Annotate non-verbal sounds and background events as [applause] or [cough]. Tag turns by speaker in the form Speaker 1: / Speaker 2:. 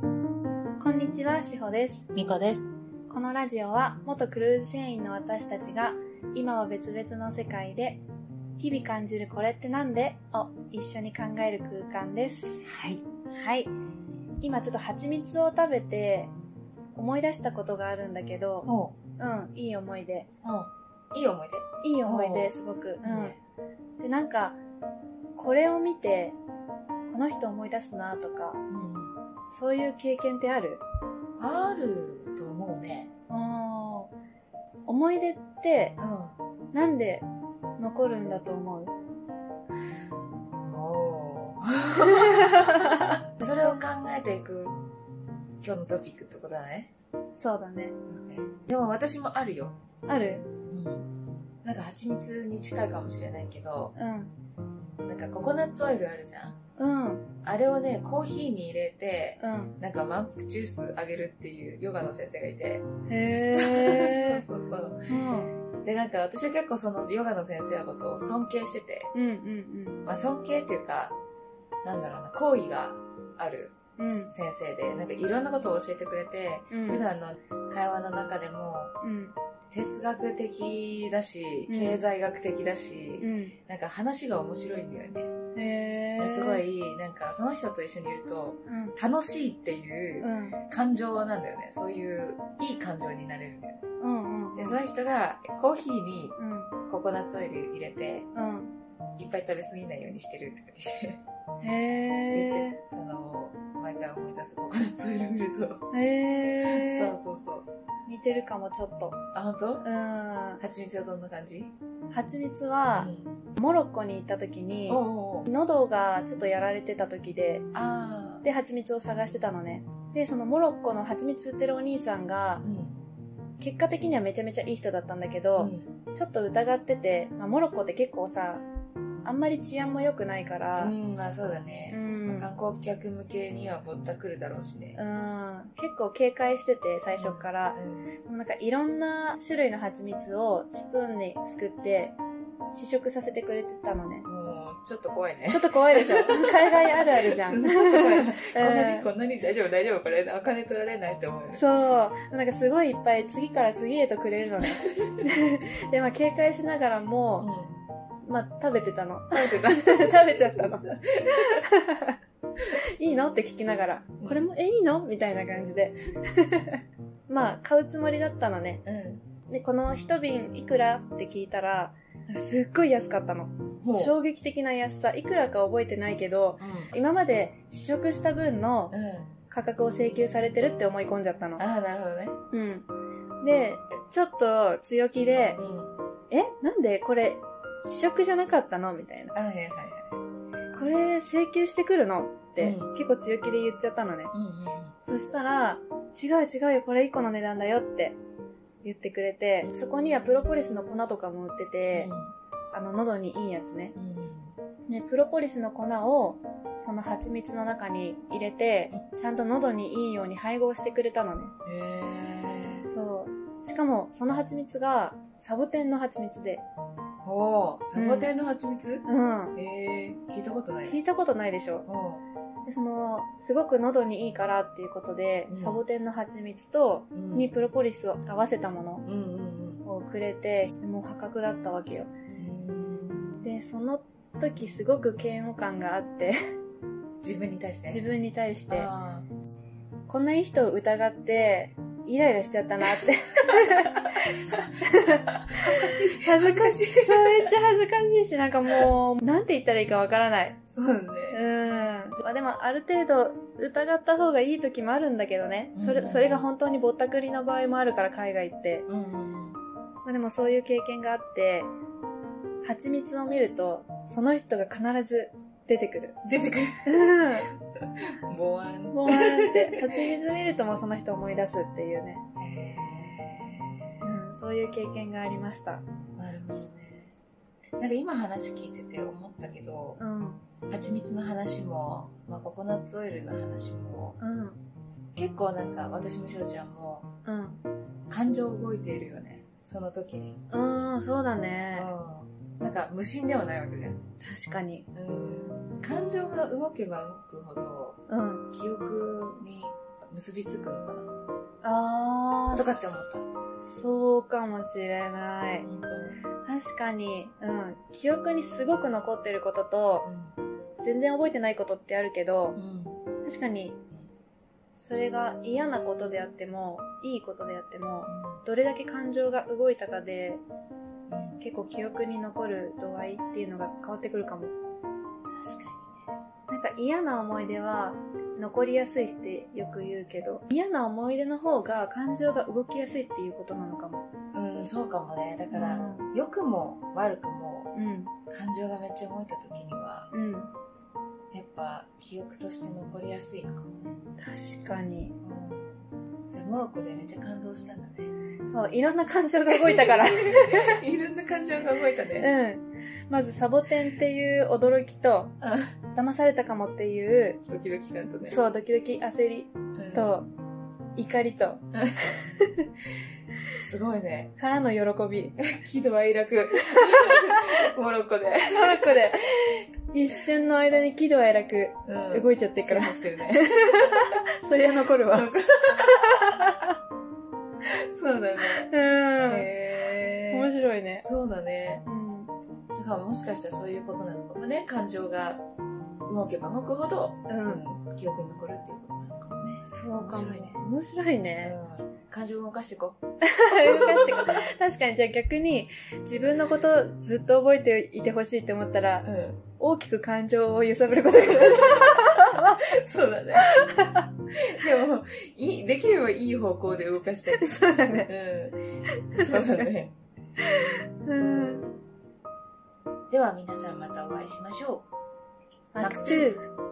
Speaker 1: こんにちは、しほです。
Speaker 2: みこです。
Speaker 1: このラジオは、元クルーズ船員の私たちが、今は別々の世界で、日々感じるこれってなんでを一緒に考える空間です。
Speaker 2: はい。
Speaker 1: はい。今ちょっと蜂蜜を食べて、思い出したことがあるんだけど、
Speaker 2: おう。
Speaker 1: うん、いい思い出。
Speaker 2: おう。いい思い
Speaker 1: いい思い
Speaker 2: お
Speaker 1: 出、
Speaker 2: う
Speaker 1: すごく。
Speaker 2: 出。
Speaker 1: うん。で、なんか、これを見て、この人思い出すなとか、
Speaker 2: うん。
Speaker 1: そういう経験ってある
Speaker 2: あると思うね。
Speaker 1: うん。思い出って
Speaker 2: う、ん。
Speaker 1: なんで残るんだと思う
Speaker 2: お [laughs] ーそれを考えていく今日のトピックってことだね。
Speaker 1: そうだね。
Speaker 2: でも私もあるよ。
Speaker 1: ある
Speaker 2: うん。なんか蜂蜜に近いかもしれないけど、
Speaker 1: うん。
Speaker 2: なんかココナッツオイルあるじゃん。
Speaker 1: うん。
Speaker 2: あれをね、コーヒーに入れて、
Speaker 1: う
Speaker 2: なんか満腹ジュースあげるっていうヨガの先生がいて。
Speaker 1: ん。へ [laughs] ー。
Speaker 2: [laughs] そうそう。
Speaker 1: うん。
Speaker 2: で、なんか私は結構そのヨガの先生のことを尊敬してて、
Speaker 1: うんうん
Speaker 2: まあ尊敬っていうか、なんだろうな、好意がある
Speaker 1: うん。うん。
Speaker 2: 先生で、なんかいろんなことを教えてくれて、
Speaker 1: うん。
Speaker 2: 普段の会話の中でも、
Speaker 1: うん。
Speaker 2: 哲学的だし、
Speaker 1: うん
Speaker 2: 経済学的だし、
Speaker 1: う
Speaker 2: なんか話が面白いんだよね。
Speaker 1: ん。へー。
Speaker 2: すご。い、なんかその人と一緒にいると、
Speaker 1: うん。。
Speaker 2: 楽しいっていううん感情なんだよね。そういういい感情になれるんだよね。
Speaker 1: うんうん。
Speaker 2: で、その人がコーヒーに
Speaker 1: うん。
Speaker 2: ココナッツオイル入れて、
Speaker 1: うん。
Speaker 2: いっぱい食べ過ぎないようにしてるとか言って、
Speaker 1: へ
Speaker 2: 言ってたのを毎回思い出すココナッツオイル見ると。
Speaker 1: ー。へ
Speaker 2: そう
Speaker 1: ー。
Speaker 2: そうそう。
Speaker 1: 似てるかも、ちょっと。
Speaker 2: あ、本当？
Speaker 1: うん。
Speaker 2: 蜂蜜はどんな感じ
Speaker 1: 蜂蜜
Speaker 2: う
Speaker 1: は、
Speaker 2: ん
Speaker 1: モロッコに行った時に
Speaker 2: お、うおうおう
Speaker 1: 喉がちょっとやられてた時で、
Speaker 2: ああ。
Speaker 1: で、蜂蜜を探してたのね。で、そのモロッコの蜂蜜売ってるお兄さんが
Speaker 2: う、ん。
Speaker 1: 結果的にはめちゃめちゃいい人だったんだけど、
Speaker 2: ん。
Speaker 1: ちょっと疑ってて、まあ、モロッコって結構さ、あんまり治安も良くないから、
Speaker 2: うん、まあそうだ
Speaker 1: う
Speaker 2: ね。
Speaker 1: ん、うん
Speaker 2: 観光客向けにはぼったくるだろうしね。
Speaker 1: 結構警戒してて、最初から。
Speaker 2: うん。
Speaker 1: なんかいろんな種類の蜂蜜をスプーンにすくって、試食させてくれてたのね。
Speaker 2: もう、ちょっと怖い
Speaker 1: ちょ
Speaker 2: ね。
Speaker 1: っと怖い
Speaker 2: [laughs]
Speaker 1: でしょ海外あるあるじ
Speaker 2: ちょ
Speaker 1: ゃ
Speaker 2: っ
Speaker 1: ん。
Speaker 2: [laughs] と怖
Speaker 1: [laughs]
Speaker 2: い。こん
Speaker 1: う
Speaker 2: な
Speaker 1: ん
Speaker 2: に、こんなに大丈夫、大丈夫、これ、お金取られないと思うよ。
Speaker 1: そう。なんかすごいいっぱい次から次へとくれるの
Speaker 2: [laughs]
Speaker 1: ね。で、まあ警戒しながら
Speaker 2: う
Speaker 1: も、
Speaker 2: ん。
Speaker 1: まあ食べてたの。
Speaker 2: 食べてた。
Speaker 1: [laughs] 食べちゃったの。いいのって聞きながら、これも、え、いいのみたいな感じで。 [laughs] まあ買うつもりだったのね。
Speaker 2: うん。
Speaker 1: で、この一瓶いくらって聞いたら、なんかすっごい安かったの。
Speaker 2: もう。
Speaker 1: 衝撃的な安さ。いくらか覚えてないけど、
Speaker 2: う
Speaker 1: 今まで試食した分の
Speaker 2: ん。うん。
Speaker 1: 価格を請求されてるって思い込んじゃったの。
Speaker 2: ああ、なるほどね。
Speaker 1: うん。で、ちょっと強気で、
Speaker 2: うん。
Speaker 1: えなんでこれ、試食じゃなかったのみたいな。
Speaker 2: あはいはいはい。
Speaker 1: これ請求してくるのって、
Speaker 2: うん
Speaker 1: 結構強気で言っちゃったのね。
Speaker 2: うんうんうん。
Speaker 1: そしたら、違う違うよ、これ1個の値段だよって言ってくれて、そこにはプロポリスの粉とかも売ってて、あの、喉にいいやつね。
Speaker 2: うん
Speaker 1: ね、プロポリスの粉を、その蜂蜜の中に入れて、ちゃんと喉にいいように配合してくれたのね。
Speaker 2: へえ。
Speaker 1: そう。しかも、その蜂蜜が、サボテンの蜂蜜で。
Speaker 2: おお、サボテンの蜂蜜
Speaker 1: うん。
Speaker 2: へえ、聞いたことない。
Speaker 1: 聞いたことないでしょ
Speaker 2: お
Speaker 1: でその、すごく喉にいいからっていうことで、
Speaker 2: うん
Speaker 1: サボテンの蜂蜜と、
Speaker 2: うん
Speaker 1: にプロポリスを合わせたも
Speaker 2: うんうん
Speaker 1: のをくれて、もう破格だったわけよ。
Speaker 2: うん。
Speaker 1: で、その時すごく嫌悪感があって、 [laughs]
Speaker 2: 自分に対して。
Speaker 1: 自分に対して、
Speaker 2: あ
Speaker 1: こんないい人を疑って、イライラしちゃったなって。恥ずかしい。 [laughs] そう、めっちゃ恥ずかしいし、なんかもう、なんて言ったらいいかわからない。
Speaker 2: ーそうだね。
Speaker 1: うん。まあでも、ある程度、疑った方がいい時もあるんだけどね。そ
Speaker 2: うん
Speaker 1: れ、それが本当にぼったくりの場合もあるから、海外って。
Speaker 2: うんうんうん。
Speaker 1: まあでも、そういう経験があって、蜂蜜を見ると、その人が必ず出てくる。
Speaker 2: 出てくる。
Speaker 1: う
Speaker 2: ボアン。
Speaker 1: ん。もう、あーって、蜂蜜見るともうその人を思い出すっていうね。
Speaker 2: へ
Speaker 1: うん、そういう経験がありました。
Speaker 2: ーなるほどね。なんか今話聞いてて思ったけど、
Speaker 1: うん。
Speaker 2: 蜂蜜の話も、まあ、ココナッツオイルの話も、
Speaker 1: うん。
Speaker 2: 結構なんか私もしょうちゃんも、
Speaker 1: うん。
Speaker 2: 感情動いているよねその時に、
Speaker 1: うん、そうだね。
Speaker 2: うん、なんか無心ではないわけじゃん、
Speaker 1: 確かに。
Speaker 2: うん、感情が動けば動くほど
Speaker 1: うん。
Speaker 2: 記憶に結びつくのか
Speaker 1: あー
Speaker 2: なとかって思った。
Speaker 1: そうかもしれない。
Speaker 2: 本当
Speaker 1: 確かに、うん。記憶にすごく残ってることと、全然覚えてないことってあるけど、
Speaker 2: うん。
Speaker 1: 確かに、それが嫌なことであっても、いいことであっても、どれだけ感情が動いたかで、
Speaker 2: うん。
Speaker 1: 結構記憶に残る度合いっていうのが変わってくるかも。
Speaker 2: 確かに。
Speaker 1: なんか嫌な思い出は残りやすいってよく言うけど、嫌な思い出の方が感情が動きやすいっていうことなのかも。
Speaker 2: うん、そうかもね。だか
Speaker 1: う
Speaker 2: ら、
Speaker 1: ん
Speaker 2: 良くも悪くも、
Speaker 1: うん、
Speaker 2: 感情がめっちゃ動いた時には、
Speaker 1: うん。
Speaker 2: やっぱ、記憶として残りやすいのかもね。
Speaker 1: 確かに。
Speaker 2: うん。じゃあ、モロッコでめっちゃ感動したんだね。
Speaker 1: そう、いろんな感情が動いた [laughs] から。
Speaker 2: [laughs] いろんな感情が動いたね。
Speaker 1: うん。まずサボテンっていう驚きと、騙されたかもっていう、
Speaker 2: ドキドキ感とね。う。
Speaker 1: そう、ドキドキ焦りと、怒りと、
Speaker 2: すごいね。
Speaker 1: からの喜び。
Speaker 2: 喜怒哀 [laughs] 楽。モロッコで。
Speaker 1: モロッコで、一瞬の間に喜怒哀楽、
Speaker 2: うん
Speaker 1: 動
Speaker 2: い
Speaker 1: いちゃって
Speaker 2: て
Speaker 1: るから、
Speaker 2: してるね。
Speaker 1: それは残るわ。
Speaker 2: [laughs] そうだね。
Speaker 1: うん。
Speaker 2: へ
Speaker 1: 面白いね。
Speaker 2: そうだね。
Speaker 1: うん。
Speaker 2: だからもしかしたらそういうことなのかもね。感情が動けば動くほど、
Speaker 1: うん。
Speaker 2: うん記憶に残るっていうことなのかもね。
Speaker 1: そうかも。
Speaker 2: 面白いね
Speaker 1: 面白いね。
Speaker 2: うん感情を動かしていこう。
Speaker 1: [laughs] 確かに、じゃあ逆に、自分のことずっと覚えていてほしいって思ったら、
Speaker 2: うん。
Speaker 1: 大きく感情を揺さぶることが
Speaker 2: そう [laughs] だね。でも、いい、できればいい方向で動かしたい。
Speaker 1: そうだね。
Speaker 2: うん。そうだ [laughs] ね。
Speaker 1: うん。
Speaker 2: では皆さんまたお会いしましょう。
Speaker 1: マクトゥー。